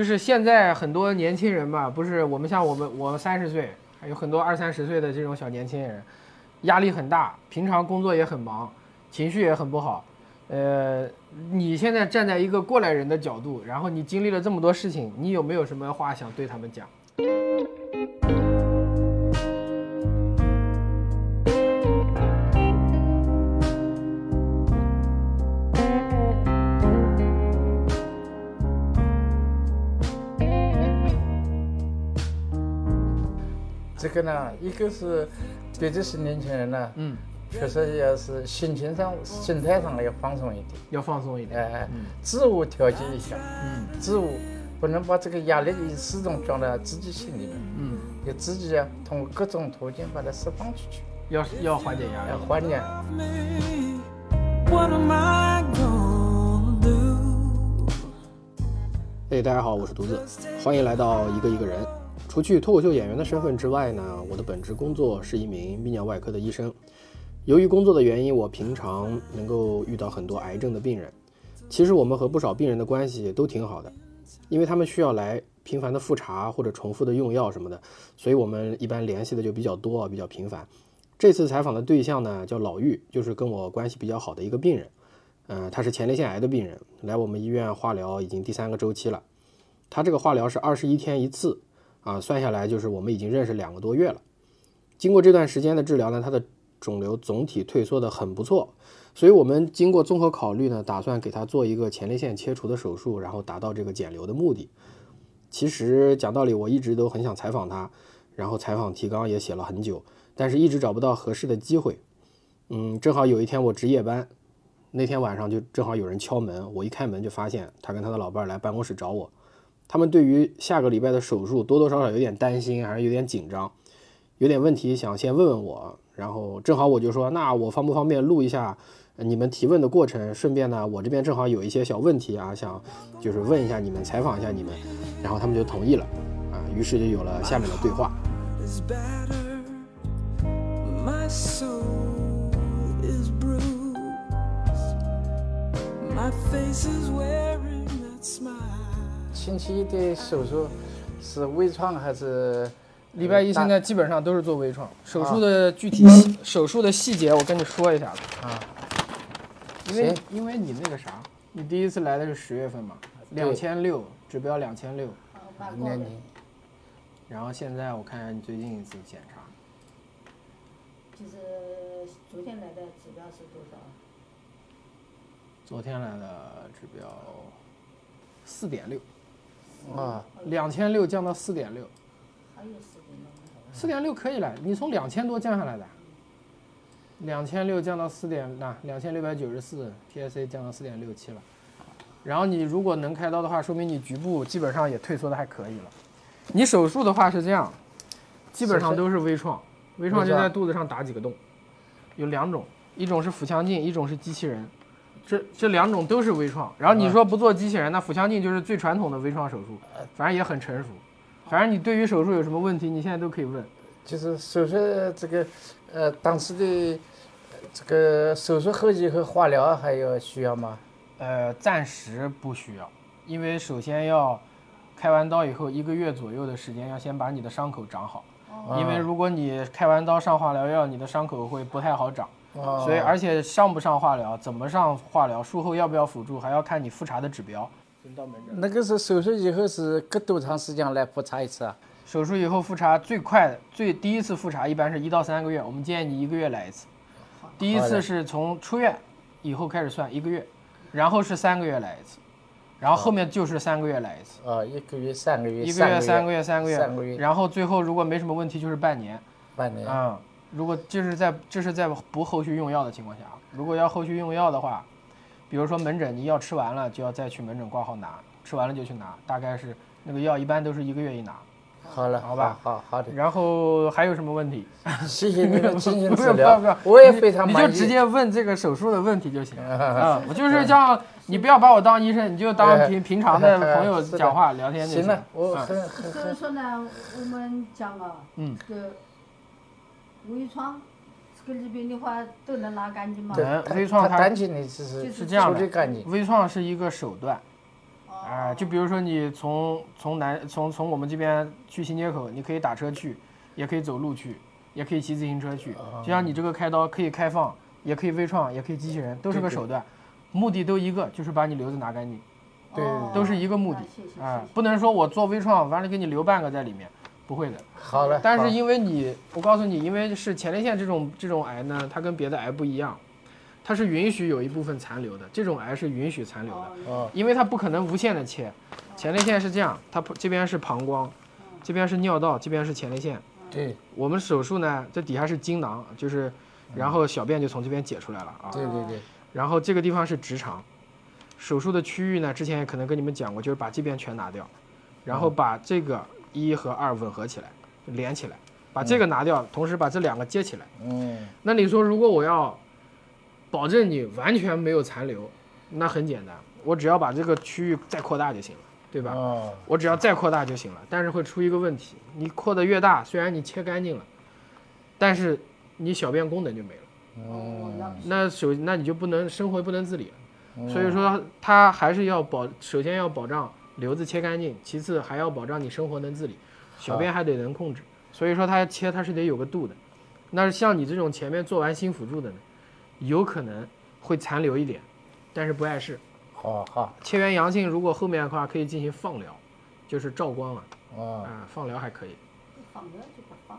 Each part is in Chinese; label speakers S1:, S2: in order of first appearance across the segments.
S1: 就是现在很多年轻人吧，不是我们像我们我三十岁，还有很多二三十岁的这种小年轻人，压力很大，平常工作也很忙，情绪也很不好。呃，你现在站在一个过来人的角度，然后你经历了这么多事情，你有没有什么话想对他们讲？
S2: 这个呢，一个是对这些年轻人呢，
S1: 嗯，
S2: 确实也是心情上、心态上要放松一点，
S1: 要放松一点。
S2: 哎、自我调节一下，
S1: 嗯
S2: 自我不能把这个压力一始终装在自己心里面，
S1: 嗯，
S2: 给自己啊通过各种途径把它释放出去，哎
S1: 要要缓解压
S2: 来
S1: 力。
S2: 缓解。
S3: me. What am I gonna do?
S4: 嘿，哎大家好，我是独子，欢迎来到一个一个人。除去脱口秀演员的身份之外呢，我的本职工作是一名泌尿外科的医生。由于工作的原因，我平常能够遇到很多癌症的病人。其实我们和不少病人的关系都挺好的，因为他们需要来频繁的复查或者重复的用药什么的，所以我们一般联系的就比较多，比较频繁。这次采访的对象呢叫老玉，就是跟我关系比较好的一个病人。呃，他是前列腺癌的病人，来我们医院化疗已经第三个周期了。他这个化疗是二十一天一次，啊，算下来就是我们已经认识两个多月了。经过这段时间的治疗呢，他的肿瘤总体退缩的很不错，所以我们经过综合考虑呢，打算给他做一个前列腺切除的手术，然后达到这个减瘤的目的。其实讲道理，我一直都很想采访他，然后采访提纲也写了很久，但是一直找不到合适的机会。嗯，正好有一天我值夜班，那天晚上就正好有人敲门，我一开门就发现他跟他的老伴儿来办公室找我，他们对于下个礼拜的手术多多少少有点担心，还是有点紧张，有点问题想先问问我。然后正好我就说，那我方不方便录一下呃你们提问的过程？顺便呢，我这边正好有一些小问题啊，想就是问一下你们，采访一下你们。然后他们就同意了，啊，于是就有了下面的对话。
S3: Is battered. My soul is bruised. My face is wearing that smile.
S2: 星期一的手术是微创还是？
S1: 礼拜一
S2: 大
S1: 现在基本上都是做微创，手术的具体细、手术的细节我跟你说一下子
S2: 啊，
S1: 因为
S2: 行
S1: 因为你那个啥，你第一次来的是十月份嘛，两千六指标两千六，
S5: 呃
S1: 啊
S2: 那你
S1: 然后现在我看你最近一次检查
S5: 就是昨天来的指标是多少？
S1: 昨天来的指标四点六，
S2: 啊，
S1: 两千六降到四点六，
S5: 还有四点六。
S1: 四点六可以了，你从两千多降下来的，两千六降到四点，那两千六百九十四 PSA 降到四点六七了。然后你如果能开刀的话，说明你局部基本上也退缩的还可以了。你手术的话是这样，基本上都是微创，微创就在肚子上打几个洞，有两种，一种是腹腔镜，一种是机器人。这这两种都是微创，然后你说不做机器人，那腹腔镜就是最传统的微创手术，反正也很成熟。反正你对于手术有什么问题，你现在都可以问。
S2: 就是手术这个，呃，当时的呃这个手术后期和化疗还有需要吗？
S1: 呃，暂时不需要，因为首先要开完刀以后一个月左右的时间，要先把你的伤口长好。因为如果你开完刀上化疗药，你的伤口会不太好长，
S2: 啊
S1: 所以而且上不上化疗，怎么上化疗，术后要不要辅助，还要看你复查的指标。
S2: 那个是手术以后是隔多长时间来复查一次啊？
S1: 手术以后复查最快的最第一次复查一般是一到三个月，我们建议你一个月来一次。第一
S2: 好
S1: 次
S2: 的
S1: 是从出院以后开始算一个月，然后是三个月来一次，然后后面就是三个月来一次。
S2: 啊，一个月、三个月、
S1: 一个月、三
S2: 三
S1: 个月、三个月，
S2: 三个月、
S1: 然后最后如果没什么问题，就是半年。
S2: 半年。
S1: 嗯，如果这是在这是在不后续用药的情况下啊，如果要后续用药的话，比如说门诊你药吃完了，就要再去门诊挂号拿，吃完了就去拿，大概是那个药一般都是一个月一拿。
S2: 好了，
S1: 好吧
S2: 好好 的，
S1: 然后还有什么问题？
S2: 谢谢你的精心
S1: 不
S2: 治
S1: 用不
S2: 疗
S1: 用不用，，
S2: 我也
S1: 你
S2: 非常
S1: 你
S2: 满意。
S1: 就直接问这个手术的问题就行。
S2: 啊
S1: 嗯，我就是这样，你不要把我当医生，你就当
S2: 对
S1: 平平常的朋友
S2: 哎是的
S1: 讲话聊天就
S2: 行了，我
S1: 嗯
S2: 很很
S5: 所以
S2: 很
S5: 说呢，我们讲啊，
S1: 嗯，
S5: 这个微创这个里边的话都能拿干净嘛，
S1: 对
S2: 对
S1: 嗯微
S2: 他
S1: 创
S2: 他
S1: 它
S2: 担心你只
S5: 就是是
S1: 是这样
S2: 处理
S1: 的，
S2: 干净。
S5: 哦
S1: 微创是一个手段，啊、就比如说你从从南从从我们这边去新街口，你可以打车去，也可以走路去，也可以骑自行车去。就像你这个开刀可以开放，也可以微创，也可以机器人，都是个手段，目的都一个，就是把你瘤子拿干净，
S2: 对
S5: 哦
S1: 都是一个目的
S5: 那谢谢谢
S1: 啊、
S5: 谢
S1: 不能说我做微创完了给你留半个在里面，不会的。
S2: 好了，
S1: 但
S2: 好
S1: 是因为你，我告诉你，因为是前列腺这种这种癌呢，它跟别的癌不一样，它是允许有一部分残留的，这种癌是允许残留的，
S2: 哦
S1: 因为它不可能无限的切。前列腺是这样，它这边是膀胱，这边是尿道，这边是前列腺。
S2: 对
S1: 我们手术呢，这底下是精囊，就是，然后小便就从这边解出来了啊。
S2: 对对对，
S1: 然后这个地方是直肠，手术的区域呢，之前也可能跟你们讲过，就是把这边全拿掉，然后把这个一和二吻合起来，连起来，把这个拿掉，同时把这两个接起来。
S2: 嗯，
S1: 那你说，如果我要保证你完全没有残留，那很简单，我只要把这个区域再扩大就行了，对吧？
S2: 哦，
S1: 我只要再扩大就行了。但是会出一个问题，你扩得越大，虽然你切干净了，但是你小便功能就没了。
S5: 哦，我要
S1: 那首那你就不能生活不能自理了，所
S2: 哦
S1: 以说它还是要保，首先要保障瘤子切干净，其次还要保障你生活能自理，小便还得能控制，所以说它切它是得有个度的。那像你这种前面做完新辅助的呢，有可能会残留一点，但是不碍事。
S2: 好好，
S1: 切缘阳性如果后面的话可以进行放疗，就是照光啊啊、
S2: 哦，
S1: 放疗还可以。
S5: 放着就不放，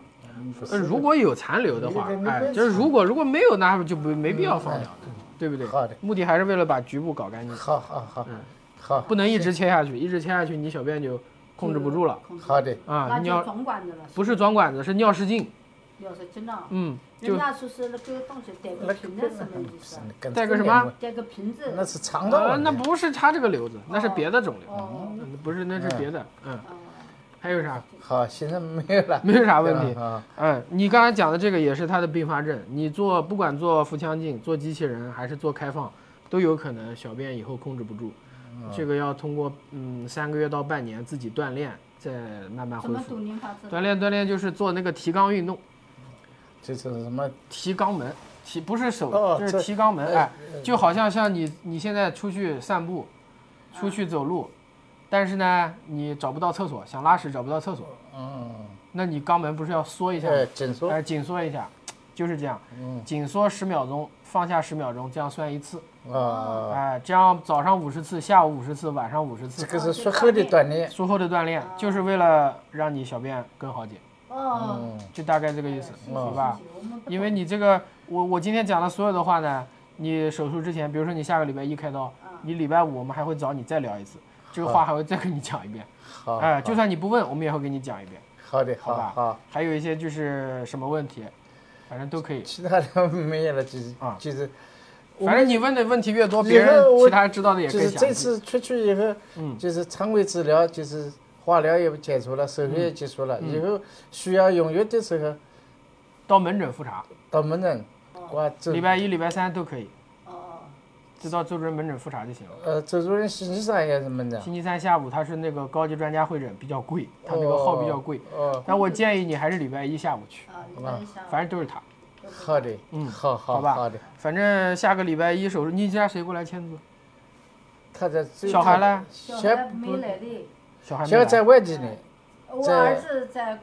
S2: 不
S1: 呃，
S2: 是
S1: 如果有残留的话
S2: 你这个，没嗯
S1: 哎，
S2: 关
S1: 就是
S2: 系
S1: 如果如果没有，那就不没必要放疗了，对不对？
S2: 哎好的
S1: 目的还是为了把局部搞干净，
S2: 好好好
S1: 嗯，
S2: 好，
S1: 不能一直切下去，一直切下去你小便就控制不住了
S5: 控制不住
S2: 好的，
S1: 啊！
S5: 那
S1: 你
S5: 就
S1: 要
S5: 总管着了。
S1: 不是装管子，是尿失禁，
S5: 要是真的，啊
S1: 嗯，
S5: 人
S1: 就
S5: 家说是那个东西带个瓶子什么意思啊？
S2: 跟
S1: 带个什么
S5: 带个瓶子，
S2: 那是肠道
S1: 啊，
S2: 问题，
S1: 那不是他这个瘤子，那是别的肿瘤，
S5: 哦，
S1: 啊嗯不是那是别的，嗯，还有啥？
S2: 好，现在没有了，
S1: 没有啥问
S2: 对
S1: 题
S2: 吧。啊，
S1: 嗯，你刚才讲的这个也是它的并发症。你做不管做腹腔镜、做机器人还是做开放，都有可能小便以后控制不住。这个要通过嗯三个月到半年自己锻炼，再慢慢
S5: 怎
S1: 恢
S5: 么
S1: 复
S5: 锻。炼法子？
S1: 锻炼锻炼就是做那个提肛运动，
S2: 这是什么？
S1: 提肛门，提不是手，
S2: 哦嗯
S1: 就是
S2: 这
S1: 提肛门。哎，就好像像你你现在出去散步，
S2: 嗯
S1: 出去走路，但是呢你找不到厕所，想拉屎找不到厕所，
S2: 嗯，
S1: 那你肛门不是要缩一下吗？
S2: 哎，嗯紧缩，
S1: 哎，紧缩一下，就是这样，紧缩十秒钟，放下十秒钟，这样算一次，
S2: 啊，
S1: 哎，这样早上五十次，下午五十次，晚上五十
S2: 这
S1: 次，哎
S2: 个是术啊后的锻炼，
S1: 术后的锻炼就是为了让你小便更好解，
S5: 哦，
S1: 就大概这个意思，
S5: 谢谢
S1: 好吧？
S5: 谢谢我们不
S1: 因为你这个，我我今天讲的所有的话呢，你手术之前，比如说你下个礼拜一开刀，你礼拜五我们还会找你再聊一次，这个话还会再跟你讲一遍，
S2: 嗯好，
S1: 哎，就算你不问，我们也会给你讲一遍，
S2: 好的，
S1: 好
S2: 好
S1: 吧？
S2: 好，
S1: 还有一些就是什么问题，反正都可以。
S2: 其他的没有了，就是
S1: 啊
S2: 就是
S1: 反正你问的问题越多，
S2: 以后
S1: 别人
S2: 我
S1: 其他知道的也
S2: 就
S1: 更
S2: 是
S1: 详
S2: 这
S1: 细。
S2: 次出去以后，
S1: 嗯
S2: 就是常规治疗，就是化疗也解除了，手术
S1: 嗯
S2: 也结束了，以后需要用药的时候
S1: 到门诊复查，
S2: 到门诊挂周
S1: 礼拜一、礼拜三都可以，
S5: 哦，
S1: 就到周主任门诊复查就行了。
S2: 呃，周主任星期三也是门诊，
S1: 星期三下午他是那个高级专家会诊，比较贵，他那个号比较贵。
S2: 哦，
S1: 但我建议你还是礼拜一下午去，
S5: 啊，你看一下，
S1: 反正都是他，
S2: 好的，嗯，好好
S1: 吧？
S2: 好的，
S1: 反正下个礼拜一手术，你家谁过来签字？
S2: 他在最
S1: 小孩嘞？
S5: 呃小
S2: 小
S5: 孩没来的，
S1: 小孩没
S2: 小孩在
S1: 来。
S2: 外地呢，
S5: 我
S2: 在
S5: 儿子在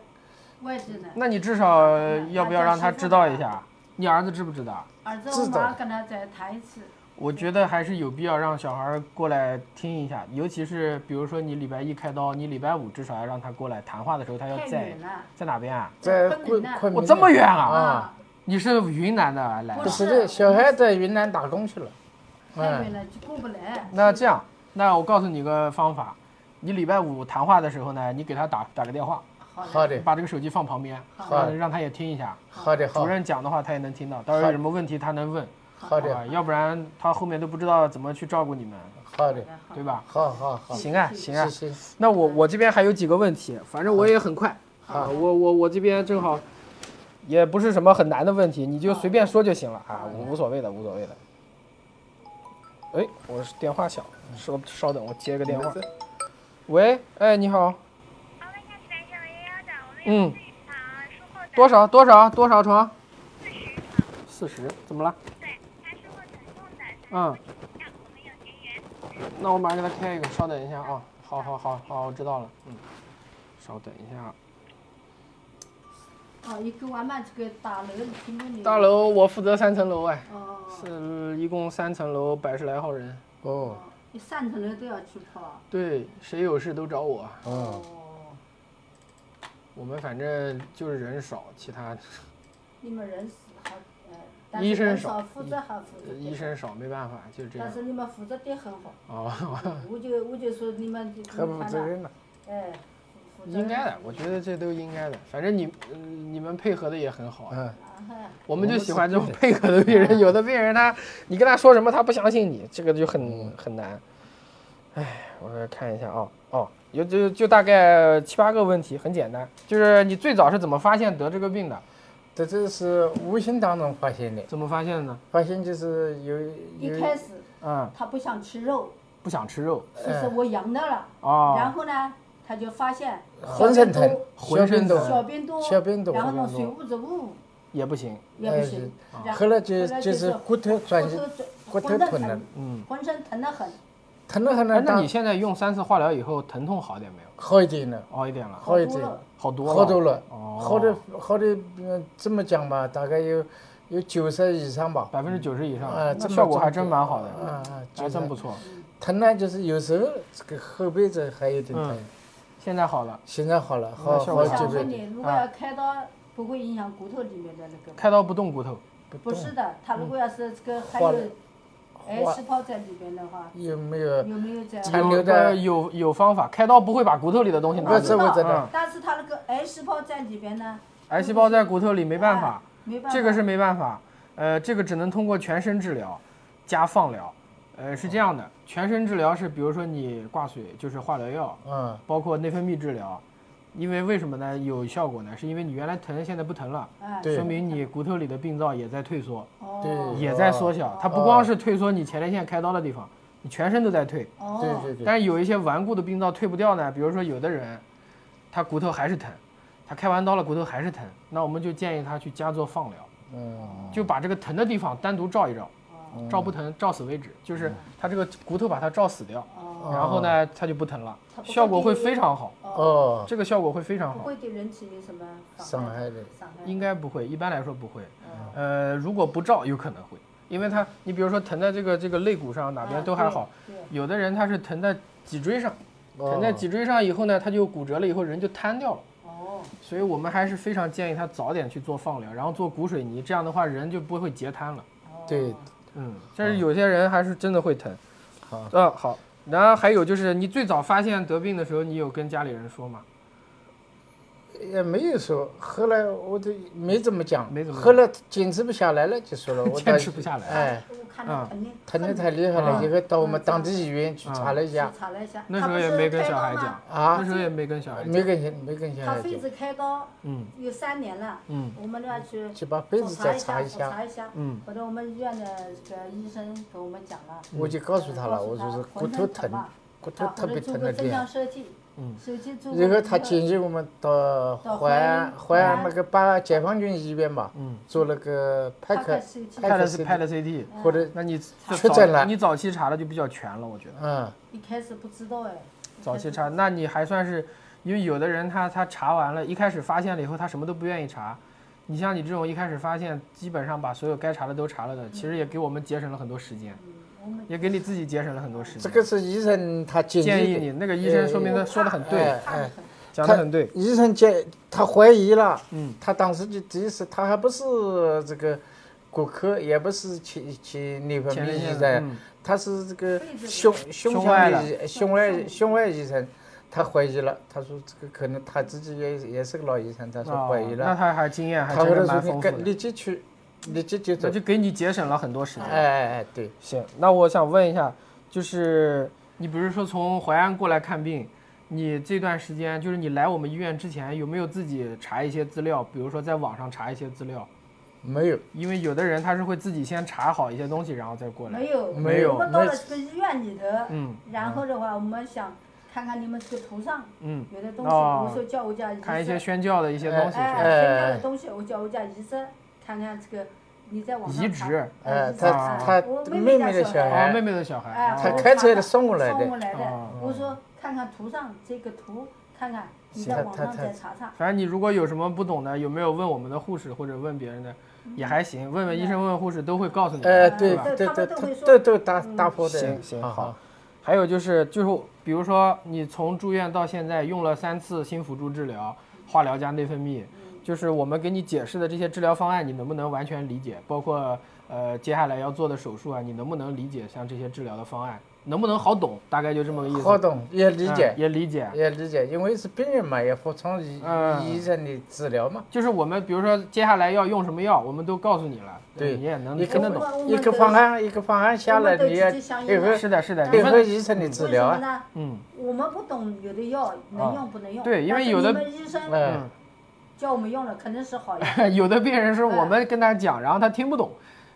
S5: 外地呢，
S1: 那你至少呃要不要让他知道一下？你儿子知不知道？
S5: 儿子
S2: 知
S5: 我
S2: 道
S5: 妈跟他再谈一次，
S1: 我觉得还是有必要让小孩儿过来听一下，尤其是比如说你礼拜一开刀，你礼拜五至少要让他过来谈话的时候，他要
S5: 太
S1: 在
S5: 远了
S1: 在哪边啊？
S2: 在
S5: 昆
S2: 昆
S5: 明呢
S2: 昆明
S1: 我这么远啊？
S5: 啊，
S1: 你是云南的啊来
S5: 不
S1: 的
S2: 不
S5: 是？
S2: 是的，小孩在云南打工去了，哎
S5: 太远了就过不来，
S1: 嗯那这样，那我告诉你个方法，你礼拜五谈话的时候呢，你给他打打个电话，
S5: 好
S2: 好
S5: 嘞，
S2: 的，
S1: 把这个手机放旁边，
S2: 好
S1: 让让他也听一下。
S2: 好的，
S1: 主
S2: 好，
S1: 任讲的话他也能听到，到时候有什么问题他能问，
S2: 好
S1: 好吧？
S2: 的，
S1: 要不然他后面都不知道怎么去照顾你们，
S2: 好的，
S1: 对吧？
S2: 好好好，
S1: 行啊，行啊
S2: 谢。谢，
S1: 那我我这边还有几个问题，反正我也很快啊，我我我这边正好也不是什么很难的问题，你就随便说就行了啊，无无所谓的，无所谓的。哎，我是电话响了，稍稍等，我接个电话。喂，哎，你好，
S6: 好，问一下指南幺幺幺的，我们有
S1: 嗯，
S6: 四十场术后的，
S1: 多少多少多少床？
S6: 四十场，
S1: 四十，怎么了？
S6: 对，他术后疼痛的，
S1: 嗯，
S6: 我们有结缘。
S1: 那我马上给他开一个，稍等一下啊。好好好好，我知道了。嗯，稍等一下。啊
S5: 哦，你给我们这个大楼的听众的。
S1: 大。楼我负责三层楼哎，
S5: 哦。
S1: 是一共三层楼，百十来号人。
S2: 哦
S5: 哦。你三层楼都要去跑。
S1: 对，谁有事都找我。
S2: 哦，
S5: 哦。
S1: 我们反正就是人少，其他
S5: 你们人是好，呃，但
S1: 医
S5: 是
S1: 生
S5: 人
S1: 少嗯
S5: 少，负责还负责。
S1: 医生。少，没办法，就这样
S5: 但。是你们负责得很好，嗯
S1: 哦，
S5: 我就我就说你们
S2: 太不负责任了。
S5: 哎，负责任啊
S1: 应该。的，我觉得这都应该的。反正你、嗯你们配合的也很好，
S2: 嗯，
S5: 啊哈，
S1: 我们就喜欢这种配合的 病人。有的病人他，你跟他说什么他不相信你，这个就
S2: 嗯
S1: 很很难。哎，我来看一下啊，哦，有就就大概七八个问题，很简单，就是你最早是怎么发现得这个病的？
S2: 这这是无形当中发现的，
S1: 怎么发现的呢？
S2: 发现就是有
S5: 一开
S2: 有
S5: 始
S1: 嗯，
S5: 他不想吃肉，
S1: 不想吃肉
S5: 说是我养的了，然
S1: 哦，
S5: 后呢，他就发现
S2: 浑身疼，
S1: 浑身
S2: 呃小便
S1: 疼
S5: 小
S2: 多，
S5: 便多，
S2: 小便多
S5: 然后呢
S2: 小
S5: 水
S2: 便多
S5: 痦子捂
S1: 也不行，
S5: 也不行，然
S2: 哎后来就
S5: 后来
S2: 就
S5: 就是是
S2: 骨头
S5: 骨
S2: 转
S5: 头
S2: 骨头
S5: 浑身
S2: 疼了
S5: 疼，
S1: 嗯。
S5: 浑身疼得很，
S2: 疼了很
S1: 哎
S2: 难，
S1: 那
S2: 当
S1: 你现在用三次化疗以后，疼痛好点没有？哦
S2: 好一点了，
S1: 好一点了，
S2: 好一
S5: 多
S2: 点，
S5: 了，
S1: 好多了，
S2: 好多了，
S1: 哦，
S2: 好的好的，嗯，这么讲吧，大概有有九十以上吧，
S1: 百分之九十以上，
S2: 啊
S1: 那
S2: 这么
S1: 效果还真蛮好的，
S2: 啊啊，
S1: 还真不
S2: 错。
S1: 错。
S2: 疼呢，就是有时候这个后背这还有点疼
S1: 嗯，现在好了，
S2: 现在好了，好
S1: 那效
S5: 我
S1: 果
S2: 好
S1: 好
S5: 想
S2: 几
S5: 问
S2: 倍
S5: 你，如果要开刀，不会影响骨头里面的那个吗？
S1: 开刀不动骨头，
S2: 不
S5: 不
S2: 动。
S5: 是的，他如果要是这个还
S2: 化
S5: 有哎癌
S2: 化
S5: 细胞在里边的话，
S2: 有没有？
S5: 有没有在？
S2: 残
S1: 有
S2: 留的
S1: 呃有有方法，开刀不会把骨头里的东西拿
S2: 我知
S1: 走
S5: 道，
S2: 我知
S1: 嗯
S2: 道，
S5: 但是他那个哎癌细胞在里边呢，
S1: 癌细胞在骨头里没办法
S5: 哎，没办法。
S1: 这个是没办法，呃，这个只能通过全身治疗加放疗，呃，是这样的，全身治疗是比如说你挂水就是化疗药，
S2: 嗯，
S1: 包括内分泌治疗，因为为什么呢？有效果呢？是因为你原来疼，现在不疼了，
S5: 哎
S2: 对
S1: 说明你骨头里的病灶也在退缩。
S5: 哦
S2: 对
S1: 也在缩小，它不光是退缩你前列腺开刀的地方，你全身都在退。
S5: 哦，
S2: 对对对，
S1: 但是有一些顽固的病灶退不掉呢，比如说有的人，他骨头还是疼，他开完刀了骨头还是疼，那我们就建议他去加做放疗，
S2: 嗯，
S1: 就把这个疼的地方单独照一照，
S5: 哦
S2: 嗯
S1: 照不疼照死为止，就是他这个骨头把它照死掉，
S5: 哦，
S1: 然后呢他就不疼了
S5: 它，不会
S1: 效果会
S5: 给
S1: 非常好，
S2: 哦，
S1: 这个效果会非常
S5: 不
S1: 好，
S5: 会对人体有什么
S2: 伤
S5: 害？
S2: 害的，
S5: 伤害
S1: 应该不会，一般来说不会。
S5: 嗯
S1: 呃，如果不照有可能会，因为它你比如说疼在这个这个肋骨上哪边
S5: 啊
S1: 都还
S5: 对
S1: 好。
S5: 对
S1: 有的人他是疼在脊椎上，疼在
S2: 哦
S1: 脊椎上以后呢，他就骨折了，以后人就瘫掉了。
S5: 哦，
S1: 所以我们还是非常建议他早点去做放疗，然后做骨水泥，这样的话人就不会截瘫了。
S5: 哦
S2: 对，
S1: 嗯，但是有些人还是真的会疼。
S2: 好
S1: 嗯，好。然后还有就是，你最早发现得病的时候，你有跟家里人说吗？
S2: 也没有说，后来我都没怎么讲，
S1: 没怎么讲
S2: 后来坚持不下来了，就说 了，我到
S1: 坚持不下来
S2: 哎，
S5: 我看到疼的
S2: 疼的太厉害
S1: 嗯
S2: 了，以后到我们当地医院去查了一下
S5: 去，查了一下，
S1: 那
S5: 他
S1: 时候
S5: 不
S1: 也
S5: 是
S1: 没跟
S5: 开
S1: 小
S5: 刀
S1: 孩
S5: 吗
S1: 讲，那
S2: 啊，
S1: 时候也没跟小孩讲。
S2: 没跟下没跟下
S5: 他
S2: 来
S5: 非
S2: 讲，
S5: 子开刀
S1: 嗯
S5: 有三年了，
S1: 嗯
S5: 我们都要去
S2: 去把被子再
S5: 查
S2: 查
S5: 一
S2: 一
S5: 下，
S2: 下，
S5: 查一下。
S1: 嗯
S5: 后来我们医院的这个医生给我们讲了，
S2: 我就嗯告诉他了，我说是骨头疼，啊骨头
S5: 他
S2: 特
S5: 后
S2: 别
S5: 啊来做
S2: 疼
S5: 过
S2: 的这
S5: 正向
S2: 样。
S5: 设计，
S1: 嗯
S5: 手机做过
S2: 然后
S5: 一
S2: 他
S5: 个
S2: 建议我们到
S5: 到
S2: 淮安
S5: 淮
S2: 淮
S5: 安
S2: 安那个八解放军医院吧，
S1: 嗯，
S2: 做了个
S5: 他
S2: 拍
S5: 开
S2: 克
S5: 手机，
S1: 拍
S2: 拍
S1: 了
S2: 了
S1: 拍了 CT，
S2: 或者
S1: 那你
S2: 确诊了
S1: 你早期查的就比较全了，我觉得。
S2: 嗯
S5: 一开始不知道哎，一
S1: 早
S5: 开
S1: 期
S5: 始
S1: 查，
S5: 不知
S1: 那你还算是，因为有的人他他查完了，一开始发现了以后，他什么都不愿意查。你像你这种一开始发现，基本上把所有该查的都查了的，其实也给我们节省了很多时间，
S5: 我们
S1: 也给你自己节省了很多时间。
S2: 这个是医生他建
S1: 建
S2: 议
S1: 议
S2: 的
S1: 你那嗯个医生说明他说的很对
S2: 哎，
S5: 看得很
S1: 讲的很对。
S2: 医生建他怀疑了，
S1: 嗯，
S2: 他当时就第一次他还不是这个骨科，也不是去去内分
S1: 前
S2: 泌
S1: 列
S2: 医
S1: 腺
S2: 生，
S1: 嗯
S2: 他是这个
S5: 肺子的
S2: 胸
S1: 胸
S2: 胸
S1: 外
S2: 腔
S1: 的
S2: 的医胸外胸外医生，他怀疑了，他说这个可能他自己也也是个老医生，他说
S1: 啊
S2: 怀疑，
S1: 那
S2: 了，
S1: 他还经验还
S2: 他
S1: 真
S2: 后
S1: 的
S2: 来
S1: 蛮
S2: 说你
S1: 丰富
S2: 跟
S1: 的，嗯
S2: 立即去，立即就走
S1: 那，就给你节省了很多时
S2: 哎
S1: 间。
S2: 哎哎，对，
S1: 行，那我想问一下，就是你比如说从淮安过来看病，你这段时间就是你来我们医院之前有没有自己查一些资料，比如说在网上查一些资料？
S2: 没有，
S1: 因为有的人他是会自己先查好一些东西，然后再过来。
S5: 没有
S2: 没
S1: 有
S5: 我们
S2: 没
S5: 到了这个医院里头，
S1: 嗯
S5: 然后的话我们想看看你们这个图上
S1: 嗯，
S5: 有的东西，
S1: 哦
S5: 比如说叫我家医生，
S1: 哎
S5: 哎
S2: 哎
S1: 看一些宣教的一些东西是吧。
S5: 哎，现在的东西我叫我家医生看看这个你在网上
S1: 移
S5: 查
S1: 植
S2: 哎，
S5: 你在
S2: 他
S5: 查
S2: 他
S5: 啊我妹
S2: 妹妹的
S5: 家
S2: 小
S5: 小
S1: 啊，
S2: 孩
S1: 妹，妹的小孩，
S5: 哎，
S1: 啊
S5: 我
S2: 他
S5: 就
S2: 开
S5: 查
S2: 车
S5: 了
S2: 的送过来的
S5: 送过来的
S1: 哦。
S5: 我说看看图上这个图，看看你
S2: 行他
S5: 在网
S2: 他
S5: 上
S2: 他
S5: 再查查。
S1: 反正你如果有什么不懂的，有没有问我们的护士或者问别人的，也还行，问问医生，问问护士都会告诉你的。
S2: 哎，
S1: 对
S2: 对
S1: 吧
S2: 对
S5: 他
S2: 对
S5: 们都会
S2: 对，
S5: 说
S2: 都
S5: 嗯
S2: 都打打破的。
S1: 行行
S2: 啊
S1: 好，还有就是就是，比如说你从住院到现在用了三次新辅助治疗、化疗加内分泌，就是我们给你解释的这些治疗方案，你能不能完全理解？包括呃接下来要做的手术啊，你能不能理解像这些治疗的方案，能不能好懂？大概就这么个意思。
S2: 好懂，也理解
S1: 嗯，也理解。
S2: 也理解，因为是病人嘛，也服从医
S1: 嗯
S2: 医生的治疗嘛。
S1: 就是我们比如说接下来要用什么药，我们都告诉你了，
S2: 对
S1: 嗯你也能
S2: 你
S1: 听得
S5: 我
S1: 懂。
S5: 们
S2: 一个方案一个方案下来，
S5: 我们都
S2: 你也
S5: 直接相应
S2: 配合
S5: 的
S1: 是的，是的， 你
S2: 配合
S1: 们
S2: 医生的
S5: 为什
S2: 治疗
S5: 么
S2: 啊。哦
S5: 呢？
S1: 嗯，
S5: 我们不懂有的药能用不能用。
S1: 对因为
S5: 但是
S1: 有的
S5: 你们医生
S2: 嗯，
S5: 叫我们用了，肯定是好药。
S1: 有的病人是我们跟他讲，然后他听不懂。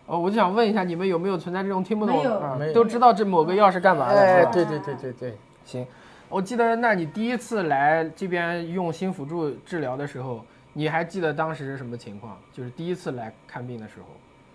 S1: 呃，我就想问一下，你们有没有存在这种听不懂
S5: 没有
S1: 啊
S2: 没有
S1: 都知道这某个药是干嘛嗯的，
S2: 哎
S1: 是，吧？
S2: 对对对对对，
S1: 行，我记得，那你第一次来这边用新辅助治疗的时候，你还记得当时是什么情况？就是第一次来看病的时候，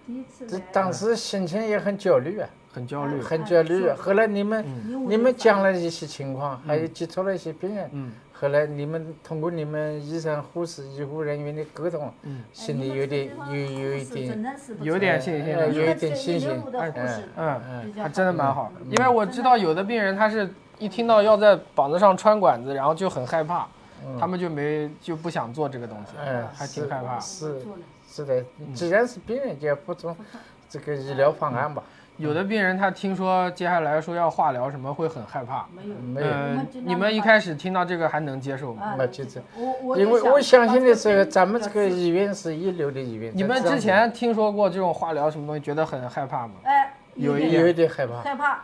S5: 第一次
S2: 这
S5: 来，哎
S2: 当时心情也很焦虑啊，
S1: 很焦虑。
S2: 很焦虑啊。后来你们
S5: 嗯
S2: 你们讲了一些情况，还有接触了一些病人，
S1: 嗯
S2: 后来你们通过你们医生、护士、医护人员的沟通，
S1: 嗯，
S2: 心里有点有有一点，
S1: 有点信心了
S2: 哎有一点信心。
S5: 哎
S1: 嗯，
S2: 嗯，
S1: 还真的蛮好的，因为我知道有的病人他是一听到要在膀子上穿管子，然后就很害怕，他们就没就不想做这个东西，
S2: 嗯
S1: 还挺害怕。
S2: 是是的，
S1: 嗯
S2: 既然是病人，就要服从这个医疗方案吧。
S5: 嗯
S1: 有的病人他听说接下来说要化疗什么会很害怕，
S5: 没有
S2: 没有，
S1: 呃
S5: 嗯，
S1: 你们一开始听到这个还能接受吗？
S5: 啊
S2: 没有就是
S5: 我我
S2: 因为我相信的是，咱们这个
S5: 医，
S2: 医院是一流的医院。
S1: 你们
S2: 这样
S1: 之前听说过这种化疗什么东西，觉得很害怕吗？
S5: 哎，
S1: 有一
S5: 一
S1: 点
S2: 有一点害怕，
S5: 害怕，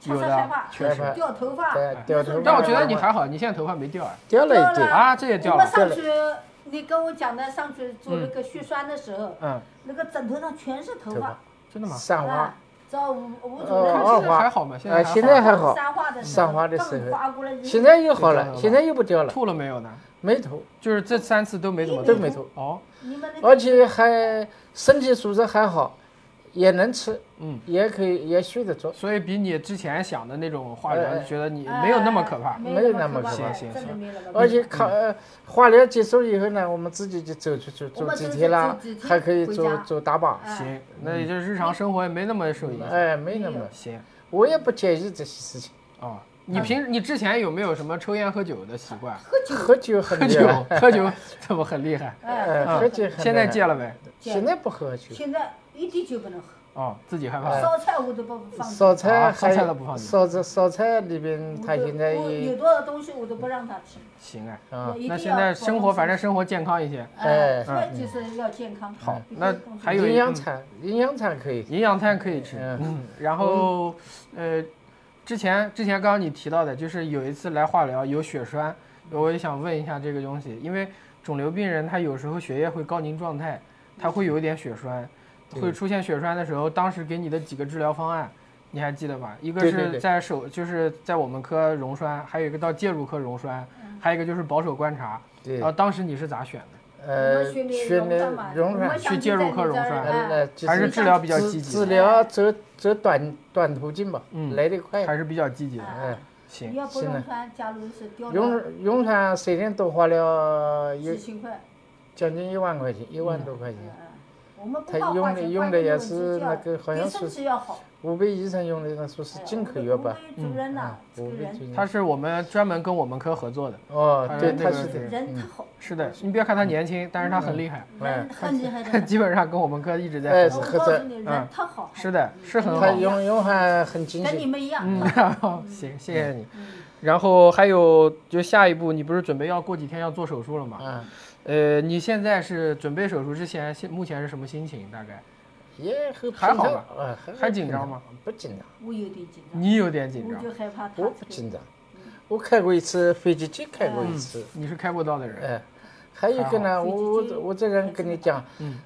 S5: 确
S1: 有
S5: 实
S1: 的
S5: 害怕，
S1: 确哎
S2: 实
S5: 掉头发，
S2: 对，掉头发。
S1: 但我觉得你还好，你现在头发没掉啊。
S2: 掉了一
S5: 掉
S2: 点
S5: 了，
S1: 啊，这也掉
S5: 我们
S1: 了。
S5: 上去，你跟我讲的上去做那个血栓的时候，
S1: 嗯，
S5: 那个枕头上全是头
S2: 头
S5: 发
S2: 发，
S1: 真的吗？
S2: 散花
S5: 啊，，找吴吴主
S2: 哦
S5: 任
S1: 看
S2: 哦
S1: 现在还好吗？现在
S2: 啊，
S1: 还
S2: 现
S1: 好
S2: 在还好，
S5: 撒花的时候，
S2: 撒花的时候
S5: 刚刮过来，
S2: 现在又好
S1: 就掉
S2: 了，
S1: 了
S2: 现在又不掉了，
S1: 吐了没有呢？
S2: 没头，
S1: 就是这三次都没怎么
S2: 都没头，
S5: 嗯
S1: 哦，
S5: 你们那个
S2: 而且还身体素质还好，也能吃，
S1: 嗯，
S2: 也可以，也睡得着。
S1: 所以比你之前想的那种化
S2: 哎
S1: 疗，
S2: 哎
S1: 你觉得你没有那么可怕
S5: 哎。
S2: 没有那么
S1: 可怕
S5: 真的没有
S1: 嗯
S5: 那么可怕
S2: 而且看呃化疗结束以后呢，我们自己就走出去
S5: 我
S2: 走
S5: 们
S2: 几
S5: 自己
S2: 天啦
S5: 走几，天
S2: 还可以
S5: 回
S2: 走
S5: 家
S2: 走大巴。
S5: 哎
S1: 行，那也就是日常生活也没那么受影响。
S2: 哎，没那么，
S1: 行，
S2: 我也不介意这些事情。
S1: 哦，你平你之前有没有什么抽烟喝酒的习惯？
S2: 喝酒很
S1: 喝
S2: 厉
S1: 酒
S2: 害，
S1: 喝酒怎么很厉害？
S5: 哎，
S2: 哎，
S1: 嗯
S2: 喝酒很厉害
S1: 现在戒，了呗？
S2: 现在不喝酒，
S5: 现在一滴酒不能喝，
S1: 哦，自己害
S2: 哎
S1: 怕。
S5: 烧菜我都不放进去。
S2: 烧菜
S1: 啊烧
S2: 还
S1: 菜都不放进去
S2: 烧菜烧菜里边，
S5: 我
S2: 他
S5: 都
S2: 现在
S5: 我有
S2: 也
S5: 多少东西我都不让他吃。
S1: 行哎，
S2: 啊
S5: 我一定
S1: 那
S5: 要
S1: 现在生活反正生活健康一些。
S2: 哎
S5: 哎，所以就是要健康。
S1: 好
S5: 必须
S1: 那
S5: 动手
S1: 还有
S2: 营养餐，营养餐可以。
S1: 营养餐可以吃。
S2: 嗯
S1: 然后，呃，之前之前刚刚你提到的，就是有一次来化疗有血栓，我也想问一下这个东西，因为肿瘤病人他有时候血液会高凝状态，他会有一点血栓，会出现血栓的时候，当时给你的几个治疗方案。你还记得吧？一个
S2: 对对对
S1: 是在手，就是在我们科溶栓，还有一个到介入科溶栓，还有一个就是保守观察。
S2: 对
S1: 啊，，当时你是咋选的？
S5: 我
S2: 呃
S5: 们，学
S2: 血
S5: 容
S2: 内
S5: 干嘛
S2: 溶
S5: 我们
S2: 软，
S5: 想
S1: 去介入客容
S5: 在你这
S1: 是吧
S5: 儿
S2: 呃，
S5: 哎
S2: 呃就
S1: 还是
S2: 是
S1: 治疗比较
S2: 治
S1: 积极
S2: 治疗走走短短途径吧，
S1: 嗯
S2: 来得快。
S1: 还是比较积极的。
S5: 哎
S2: 哎，
S1: 行
S5: 你，要不
S2: 现在
S5: 溶栓，假如是掉了
S2: 溶溶栓虽然多花了有
S5: 几千块，
S2: 将近一万块钱，一万多块钱，
S5: 嗯我们不
S2: 他
S5: 靠
S2: 用
S5: 花
S2: 的
S5: 钱，
S2: 用
S5: 关
S2: 的
S5: 键
S2: 也
S5: 我们
S2: 是
S5: 就
S2: 那
S5: 要
S2: 个好
S5: 对
S2: 像
S5: 身
S2: 是
S5: 体要好。
S2: 湖北医生用的那说是
S5: 哎
S2: 进
S5: 我
S2: 口
S5: 们
S2: 药
S5: 我们
S2: 吧？
S5: 主
S1: 哎
S5: 任呐
S2: 啊，
S5: 这
S2: 湖
S5: 个
S2: 北进
S5: 人，
S1: 他是我们专门跟我们科合作的。
S2: 哦，对，
S1: 他
S2: 他
S1: 是
S2: 是嗯
S1: 这个
S5: 人他好，
S1: 是的，你别看他年轻，但是他很厉害，
S2: 哎
S5: 人很厉害的。
S1: 基本上跟我们科一直在
S2: 哎
S1: 合
S2: 是
S1: 作。
S5: 我
S2: 喝
S5: 告诉
S2: 着
S5: 你，
S1: 嗯
S5: 人他好，
S1: 是的，是很
S2: 他
S1: 好。
S2: 用用还很精
S5: 跟你
S2: 细。
S5: 们一样。
S1: 嗯， 然
S2: 哎
S1: 后行，谢谢你
S5: 嗯。
S1: 然后还有就下一步，你不是准备要过几天要做手术了吗？
S2: 啊，
S1: 呃，你现在是准备手术之前，现目前是什么心情？大概
S2: 也很
S1: 还好
S2: 平
S1: 吧
S2: 常？哎
S1: 还紧张吗？
S2: 不紧张，
S5: 我有点紧张，
S1: 你有点紧
S5: 我
S1: 张
S5: 就，害怕他
S2: 我不
S5: 这
S2: 哦
S5: 个
S2: 紧张。
S5: 嗯
S2: 我开过一次飞机机，开过一次。
S1: 你是开过刀的人，
S2: 哎，还有一个
S5: 还好
S2: 呢，我我我这人跟你讲，
S1: 嗯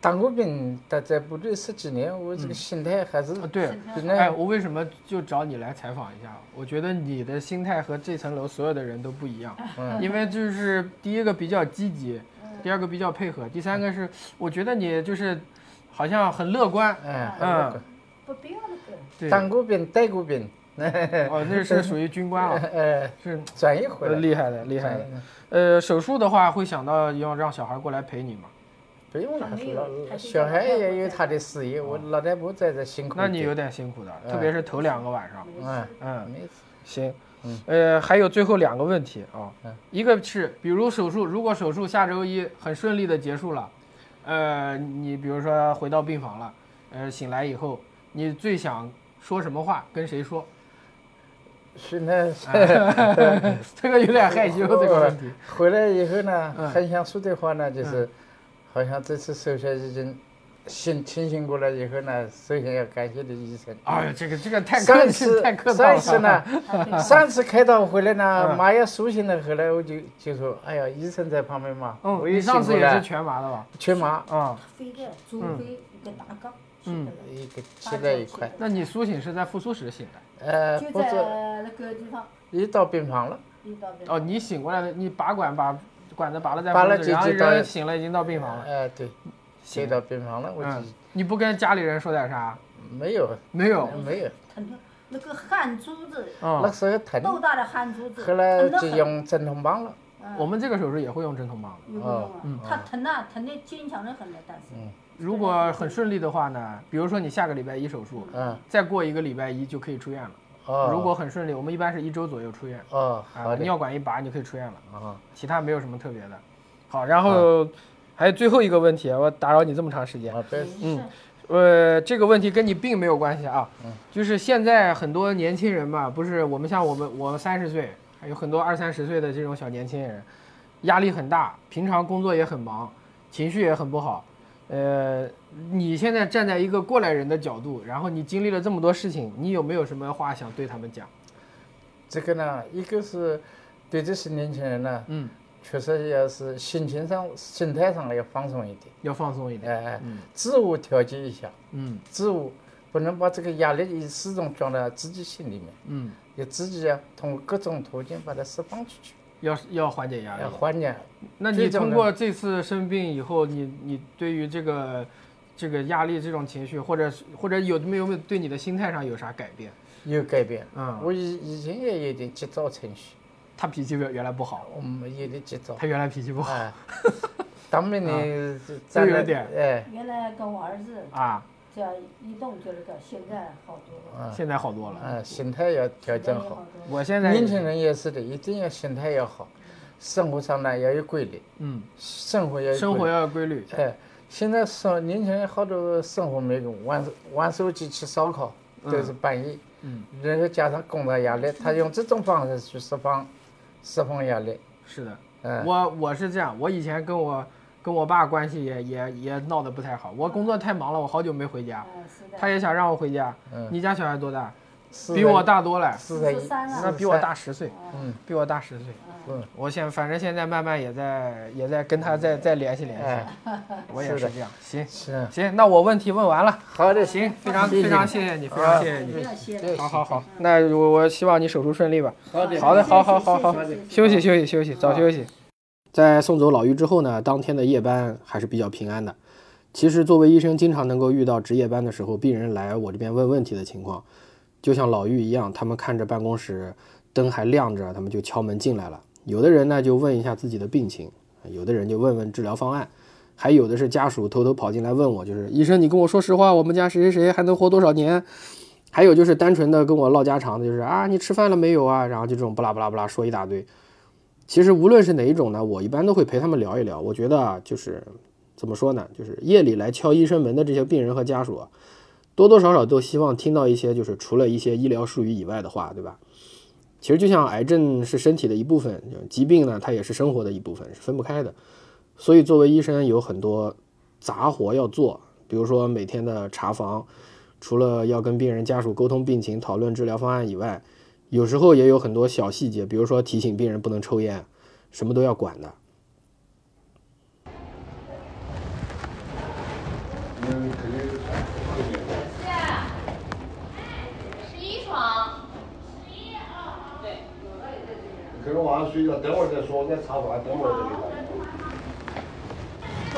S2: 当过兵，但在部队十几年，我这个心态还是
S1: 嗯啊对。
S2: 比
S1: 哎，
S2: 那
S1: 我为什么就找你来采访一下？我觉得你的心态和这层楼所有的人都不一样，因为嗯就是第一个比较积极，第二个比较配合，第三个是我觉得你就是好像很乐观。
S2: 哎，
S1: 嗯
S2: 那个
S5: 不必要那个。
S1: 对，
S2: 当过兵，带过兵，
S1: 哦，那是呃属于军官 啊，
S2: 呃，
S1: 是
S2: 转移回来，
S1: 厉害的，厉害的
S2: 转。移
S1: 呃，手术的话会想到要让小孩过来陪你吗？
S2: 不用了
S5: 还没，有
S2: 老
S5: 还是
S2: 小孩
S5: 要
S2: 也有
S5: 要
S2: 他的事业，我老太婆在这辛苦一
S1: 哦那
S2: 点。
S1: 你有点辛苦的，特别是头两个晚上。
S2: 哎，
S1: 嗯，
S2: 没事
S1: 行。呃，还有最后两个问题啊
S2: 嗯，
S1: 一个是比如手术，如果手术下周一很顺利的结束了，呃，你比如说回到病房了，呃，醒来以后，你最想说什么话，跟谁说？
S2: 是那
S1: 这个有点害羞，这个问题。
S2: 回来以后呢
S1: 嗯，
S2: 很想说的话呢，就是好像这次手术已经醒清醒过来以后呢，首先要感谢的医生。
S1: 哎呦，这个这个太
S2: 上
S1: 客气，
S2: 次
S1: 太客套
S2: 上
S1: 了。
S2: 次 呢， 上次开刀回来呢，
S1: 嗯
S2: 麻药苏醒了，后来我就就说，哎呀，医生在旁边嘛，
S1: 嗯，
S2: 我
S1: 你
S2: 也
S1: 上
S2: 醒
S1: 次
S2: 过
S1: 也是
S2: 来，
S1: 全麻的吧？
S2: 全麻，
S1: 啊、
S5: 飞的，
S2: 嗯
S5: 左飞一个大杠，
S1: 嗯
S5: 是的
S2: 一个切在一块，
S1: 那你苏醒是在复苏时醒的？
S2: 呃，
S5: 就
S2: 不是，
S5: 在那个地方，
S2: 一到病房了，
S5: 一到那
S1: 哦，你醒过来的，你拔管把管子拔了再
S2: 拔了
S1: 复苏
S2: 就
S1: 然后
S2: 就到
S1: 人醒了已经到病房了。
S2: 哎，对，接到病房了，我
S1: 嗯
S2: 就，
S1: 你不跟家里人说点啥？
S2: 没有，
S1: 没有。
S2: 没有，
S5: 疼的，那个汗珠子，
S2: 那
S1: 嗯，
S2: 时候
S5: 豆
S2: 疼，
S5: 大的汗珠子，
S2: 后来
S5: 疼得
S2: 就
S5: 很。
S2: 用镇痛棒了。
S5: 嗯
S1: 我们这个手术也会用镇痛棒的。
S5: 有个
S2: 哦
S5: 用啊，
S2: 嗯
S5: 他疼啊，疼的坚强的很的，但是
S1: 如果很顺利的话呢，比如说你下个礼拜一手术，
S2: 嗯，
S1: 再过一个礼拜一就可以出院了。
S2: 哦，
S1: 如果很顺利，我们一般是一周左右出院。
S2: 哦，
S1: 啊
S2: 好，的，
S1: 尿管一拔你就可以出院了。
S2: 啊，
S1: 其他没有什么特别的。好，然后还有最后一个问题，啊我打扰你这么长时间。
S2: 啊，别，
S5: 嗯，
S1: 呃，这个问题跟你并没有关系啊，就是现在很多年轻人嘛，不是我们像我们我三十岁，还有很多二三十岁的这种小年轻人，压力很大，平常工作也很忙，情绪也很不好。呃，你现在站在一个过来人的角度，然后你经历了这么多事情，你有没有什么话想对他们讲？
S2: 这个呢，一个是对这些年轻人呢，
S1: 嗯，
S2: 确实也是心情上、心态上要放松一点，
S1: 要放松一点。
S2: 哎哎，自我调节一下，
S1: 嗯
S2: 自我不能把这个压力一始终装到自己心里面，
S1: 嗯，
S2: 也自己啊通过各种途径把它释放出去，
S1: 要要缓解压力
S2: 要。缓解。
S1: 那你
S2: 这种
S1: 通
S2: 人
S1: 过这次生病以后，你你对于这个这个压力这种情绪，或者是或者有没有没有对你的心态上有啥改变？
S2: 有改变，
S1: 嗯
S2: 我以以前也有点急躁情绪，
S1: 他脾气原原来不好，
S2: 我们有点急躁，
S1: 他原来脾 气不好
S2: 哎，当兵呢，
S1: 都
S2: 咱
S1: 啊有
S2: 们
S1: 点
S2: 哎，
S5: 原来跟我儿子
S1: 啊，
S5: 只要一动就那个，现在好多了，
S1: 现在好多了。
S2: 嗯，心态要啊调整
S5: 现在
S2: 好。
S5: 也多了。
S1: 我现
S2: 嗯
S1: 在
S2: 年轻人也是的，一定要心态要好，生活上呢要有规律，
S1: 嗯，
S2: 生活要有
S1: 生活
S2: 规律
S1: 要有规律。
S2: 哎，现在生年轻人好多生活没用，玩玩手机吃烧烤都是半夜，
S1: 嗯，
S2: 然后加上工作压力，
S5: 嗯
S2: 他用这种方式去释放释放压力，
S1: 是的，
S2: 嗯
S1: 我我是这样，我以前跟我跟我爸关系也也也闹得不太好，我工作太忙了，我好久没回家，
S2: 啊
S5: 嗯，是
S1: 他
S5: 的，
S1: 也想让我回家。
S2: 嗯
S1: 你家小孩多大？
S2: 是
S1: 比
S2: 的
S1: 我大多了，
S2: 是在
S5: 十三了
S1: 那比我大十岁，
S2: 嗯，
S1: 比我大十岁。
S2: 嗯，
S1: 我现反正现在慢慢也在也在跟他再再联系联系，
S2: 哎，
S1: 我也
S2: 是
S1: 是
S2: 的
S1: 这样。行
S2: 是啊
S1: 行，那我问题问完了，
S2: 好的，
S1: 行，非常
S2: 谢谢啊
S1: 非常谢谢你，非常谢谢
S5: 不
S1: 你。
S5: 要歇了。
S1: 好好好，那哎我我希望你手术顺利吧。
S2: 好的
S1: 好的，好好好好
S5: 谢谢
S1: 休息
S5: 谢，谢
S1: 休息休息，早休息。
S4: 在送走老于之后呢，当天的夜班还是比较平安的。其实作为医生，经常能够遇到值夜班的时候，病人来我这边问问题的情况，就像老于一样，他们看着办公室灯还亮着，他们就敲门进来了。有的人呢就问一下自己的病情，有的人就问问治疗方案，还有的是家属偷偷跑进来问我，就是医生，你跟我说实话，我们家谁谁谁还能活多少年？还有就是单纯的跟我唠家常的，就是啊，你吃饭了没有啊？然后就这种不拉不拉不拉说一大堆。其实无论是哪一种呢，我一般都会陪他们聊一聊。我觉得啊，就是怎么说呢，就是夜里来敲医生门的这些病人和家属啊，多多少少都希望听到一些就是除了一些医疗术语以外的话，对吧？其实就像癌症是身体的一部分，疾病呢它也是生活的一部分，是分不开的。所以作为医生，有很多杂活要做，比如说每天的查房，除了要跟病人家属沟通病情、讨论治疗方案以外，有时候也有很多小细节，比如说提醒病人不能抽烟，什么都要管的。
S7: 十一床，
S8: 可是晚上睡觉，等会儿再说，我再查房，等会儿再给他。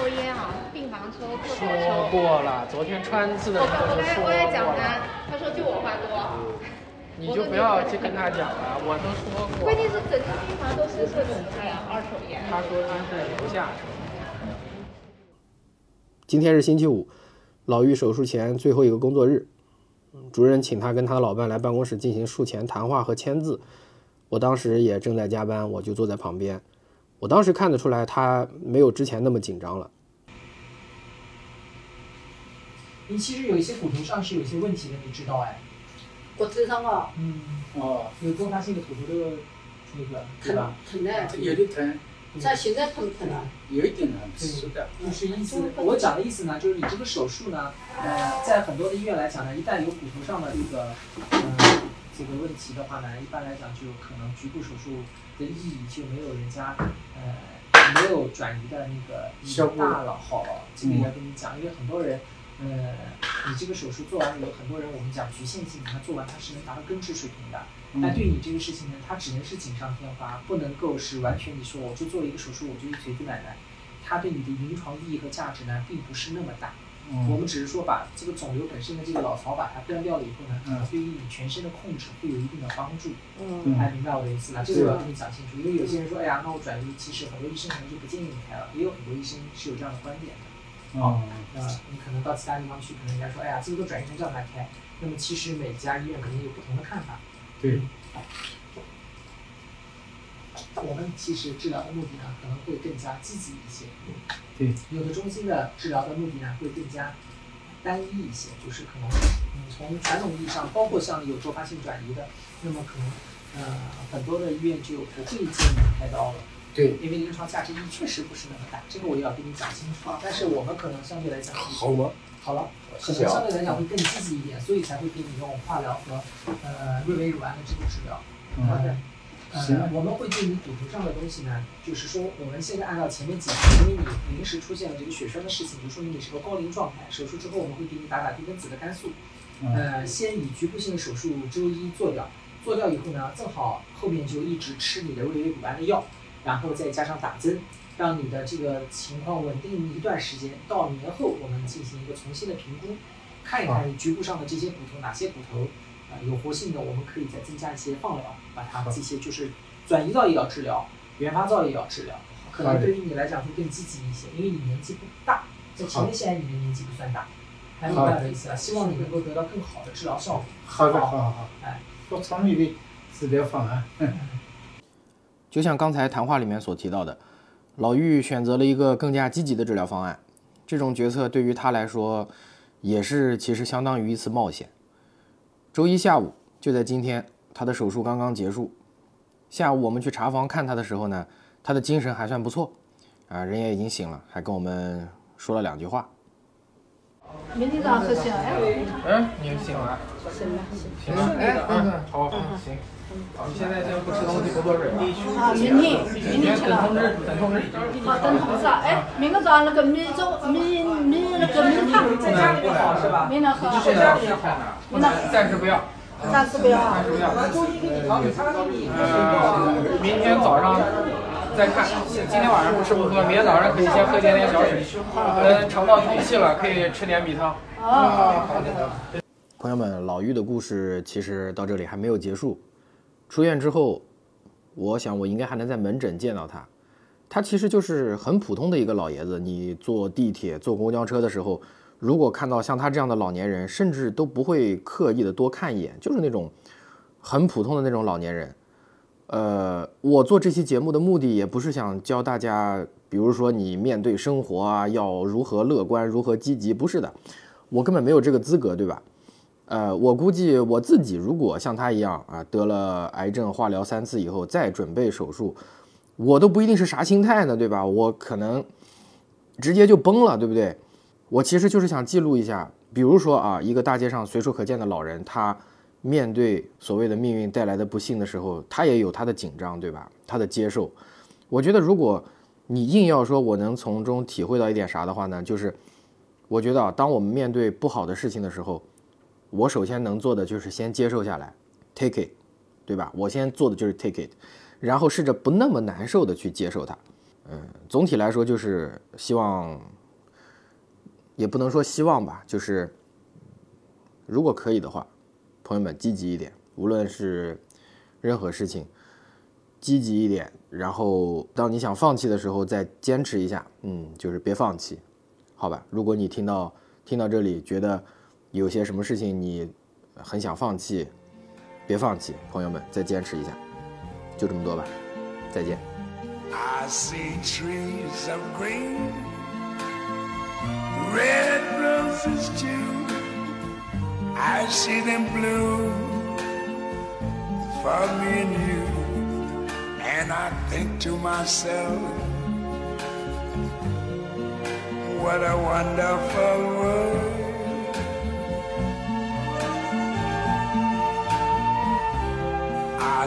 S9: 抽烟啊，病房抽，厕所
S10: 说
S9: 抽。
S10: 过了，昨天川字的
S9: 我
S10: 时
S9: 刚
S10: 候
S9: 我
S10: 就
S9: 刚才
S10: 说
S9: 我
S10: 过
S9: 也讲他
S10: 了，，
S9: 他说就我话多。
S10: 你就不要去跟他讲了，我都说过
S9: 关。键是整个病房都是各种的二手烟。
S10: 他说他是楼下抽，
S1: 今天是星期五，老玉手术前最后一个工作日，嗯主任请他跟他的老伴来办公室进行术前谈话和签字。我当时也正在加班，我就坐在旁边。我当时看得出来，他没有之前那么紧张了。
S8: 你其实有一些骨头上是有一些问题的，你知道哎？
S5: 骨头上哦，
S8: 嗯，
S11: 哦，
S10: 啊
S8: 有多发性的骨头的那个，对吧？
S5: 疼的，
S11: 有的疼，
S5: 咱现在疼不疼啊？
S11: 有一点疼，
S8: 是
S11: 的。
S8: 就是意思，我讲的意思呢，就是你这个手术呢，呃，在很多的医院来讲呢，一旦有骨头上的这个，呃，这个问题的话呢，一般来讲就可能局部手术的意义就没有人家，呃，没有转移的那个意义大了好了。这个也要跟你讲，因为很多人，呃，你这个手术做完有很多人，我们讲局限性，他做完他是能达到根治水平的。但对你这个事情呢，它只能是锦上添花，不能够是完全你说我就做一个手术，我就一锤子买卖。它对你的临床意义和价值呢，并不是那么大。我们只是说把这个肿瘤本身的这个老巢把它断掉了以后呢，可能对于你全身的控制会有一定的帮助。
S5: 嗯，
S8: 哎，明白我的意思吧？这个我要跟你讲清楚，因为有些人说，哎呀，那我转移，其实很多医生可能就不建议你开了，也有很多医生是有这样的观点的。
S11: 哦，
S8: 那你可能到其他地方去，可能人家说，哎呀，这个都转移成这样来开。那么其实每家医院可能有不同的看法。
S11: 对。
S8: 我们其实治疗的目的呢，可能会更加积极一些。
S11: 对。
S8: 有的中心的治疗的目的呢，会更加单一一些，就是可能，嗯，从传统意义上，包括像有多发性转移的，那么可能，呃，很多的医院就不会建议开刀了。
S11: 对，
S8: 因为临床价值意义确实不是那么大，这个我也要跟你讲清楚啊。但是我们可能相对来讲，好了，好了，可
S11: 啊
S8: 能相对来讲会更积极一点，所以才会给你用化疗和呃瑞维乳胺的这个治疗。
S11: 嗯
S8: 好的，呃，我们会对你骨头上的东西呢，就是说我们现在按照前面几题，因为你临时出现了这个血栓的事情，就说明你是个高龄状态。手术之后我们会给你打打低分子的肝素，呃，先以局部性的手术周一做掉，做掉以后呢，正好后面就一直吃你的瑞维乳胺的药，然后再加上打针。让你的这个情况稳定一段时间，到年后我们进行一个重新的评估，看一看你局部上的这些骨头哪些骨头呃，有活性的，我们可以再增加一些放疗，把它这些就是转移到也要治疗，原发灶也要治疗，可能对于你来讲会更积极一些，因为你年纪不大，在前列腺癌里面年纪不算大，还明白我的意思吧？啊希望你能够得到更好的治疗效果。
S11: 好的，好好好
S8: 哎，
S11: 我草你的治疗方案。
S1: 就像刚才谈话里面所提到的，老玉选择了一个更加积极的治疗方案，这种决策对于他来说，也是其实相当于一次冒险。周一下午，就在今天，他的手术刚刚结束。下午我们去查房看他的时候呢，他的精神还算不错，啊，人也已经醒了，还跟我们说了两句话。
S5: 明天早上起来，哎，
S10: 嗯，你醒了。
S5: 行了，
S10: 行了，哎，嗯，好，行，你现在先不吃东西，不喝水了。
S5: 啊，明天明天吃
S10: 等通
S5: 了。
S10: 知，等通知。
S5: 好，等同事啊，哎，明个早上那个米粥、米米那个米汤，
S8: 在家里面好是吧？
S5: 明天喝，
S10: 在家里面好，
S5: 明天
S10: 暂时不要，
S5: 暂时不要啊。
S10: 不要。
S8: 周一给你调理，他给你
S10: 呃，明天早上再看，今天晚上不吃不喝，明天早上可以先喝点点小水，呃，肠道通气了，可以吃点米汤。
S5: 哦，
S1: 朋友们，老玉的故事其实到这里还没有结束。出院之后，我想我应该还能在门诊见到他。他其实就是很普通的一个老爷子，你坐地铁、坐公交车的时候，如果看到像他这样的老年人，甚至都不会刻意的多看一眼，就是那种很普通的那种老年人。呃，我做这期节目的目的也不是想教大家，比如说你面对生活啊，要如何乐观、如何积极，不是的，我根本没有这个资格，对吧？呃，我估计我自己如果像他一样啊，得了癌症化疗三次以后再准备手术，我都不一定是啥心态呢，对吧？我可能直接就崩了，对不对？我其实就是想记录一下，比如说啊，一个大街上随处可见的老人，他面对所谓的命运带来的不幸的时候，他也有他的紧张，对吧？他的接受。我觉得如果你硬要说我能从中体会到一点啥的话呢，就是我觉得啊，当我们面对不好的事情的时候，我首先能做的就是先接受下来，take it，对吧？我先做的就是 take it，然后试着不那么难受的去接受它。啊、嗯，总体来说就是希望，也不能说希望吧，就是如果可以的话，朋友们积极一点，无论是任何事情，积极一点。然后当你想放弃的时候，再坚持一下，嗯，就是别放弃，好吧？如果你听到听到这里，觉得有些什么事情你很想放弃，别放弃，朋友们，再坚持一下，就这么多吧，再见。
S3: I see trees of green, red roses too. I see them bloom for me and you. And I think to myself, what a wonderful world. I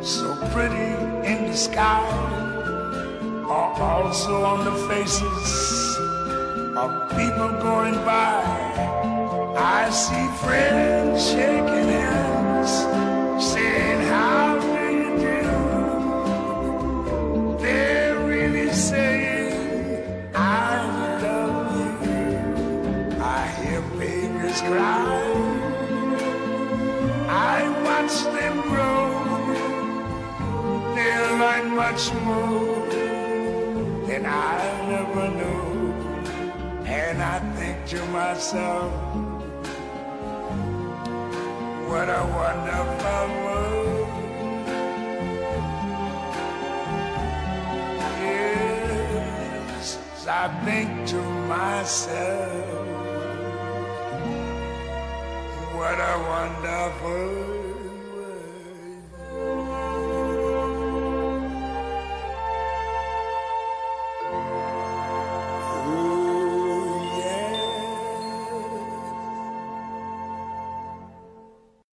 S3: so pretty in the sky are also on the faces of people going by. I see friends shaking hands, saying, How do you do? They're really saying, I love you. I hear babies cry. I watch them grow. They're like much more than I never knew. And I think to myself, what a wonderful world. Yes, I think to myself, what a wonderful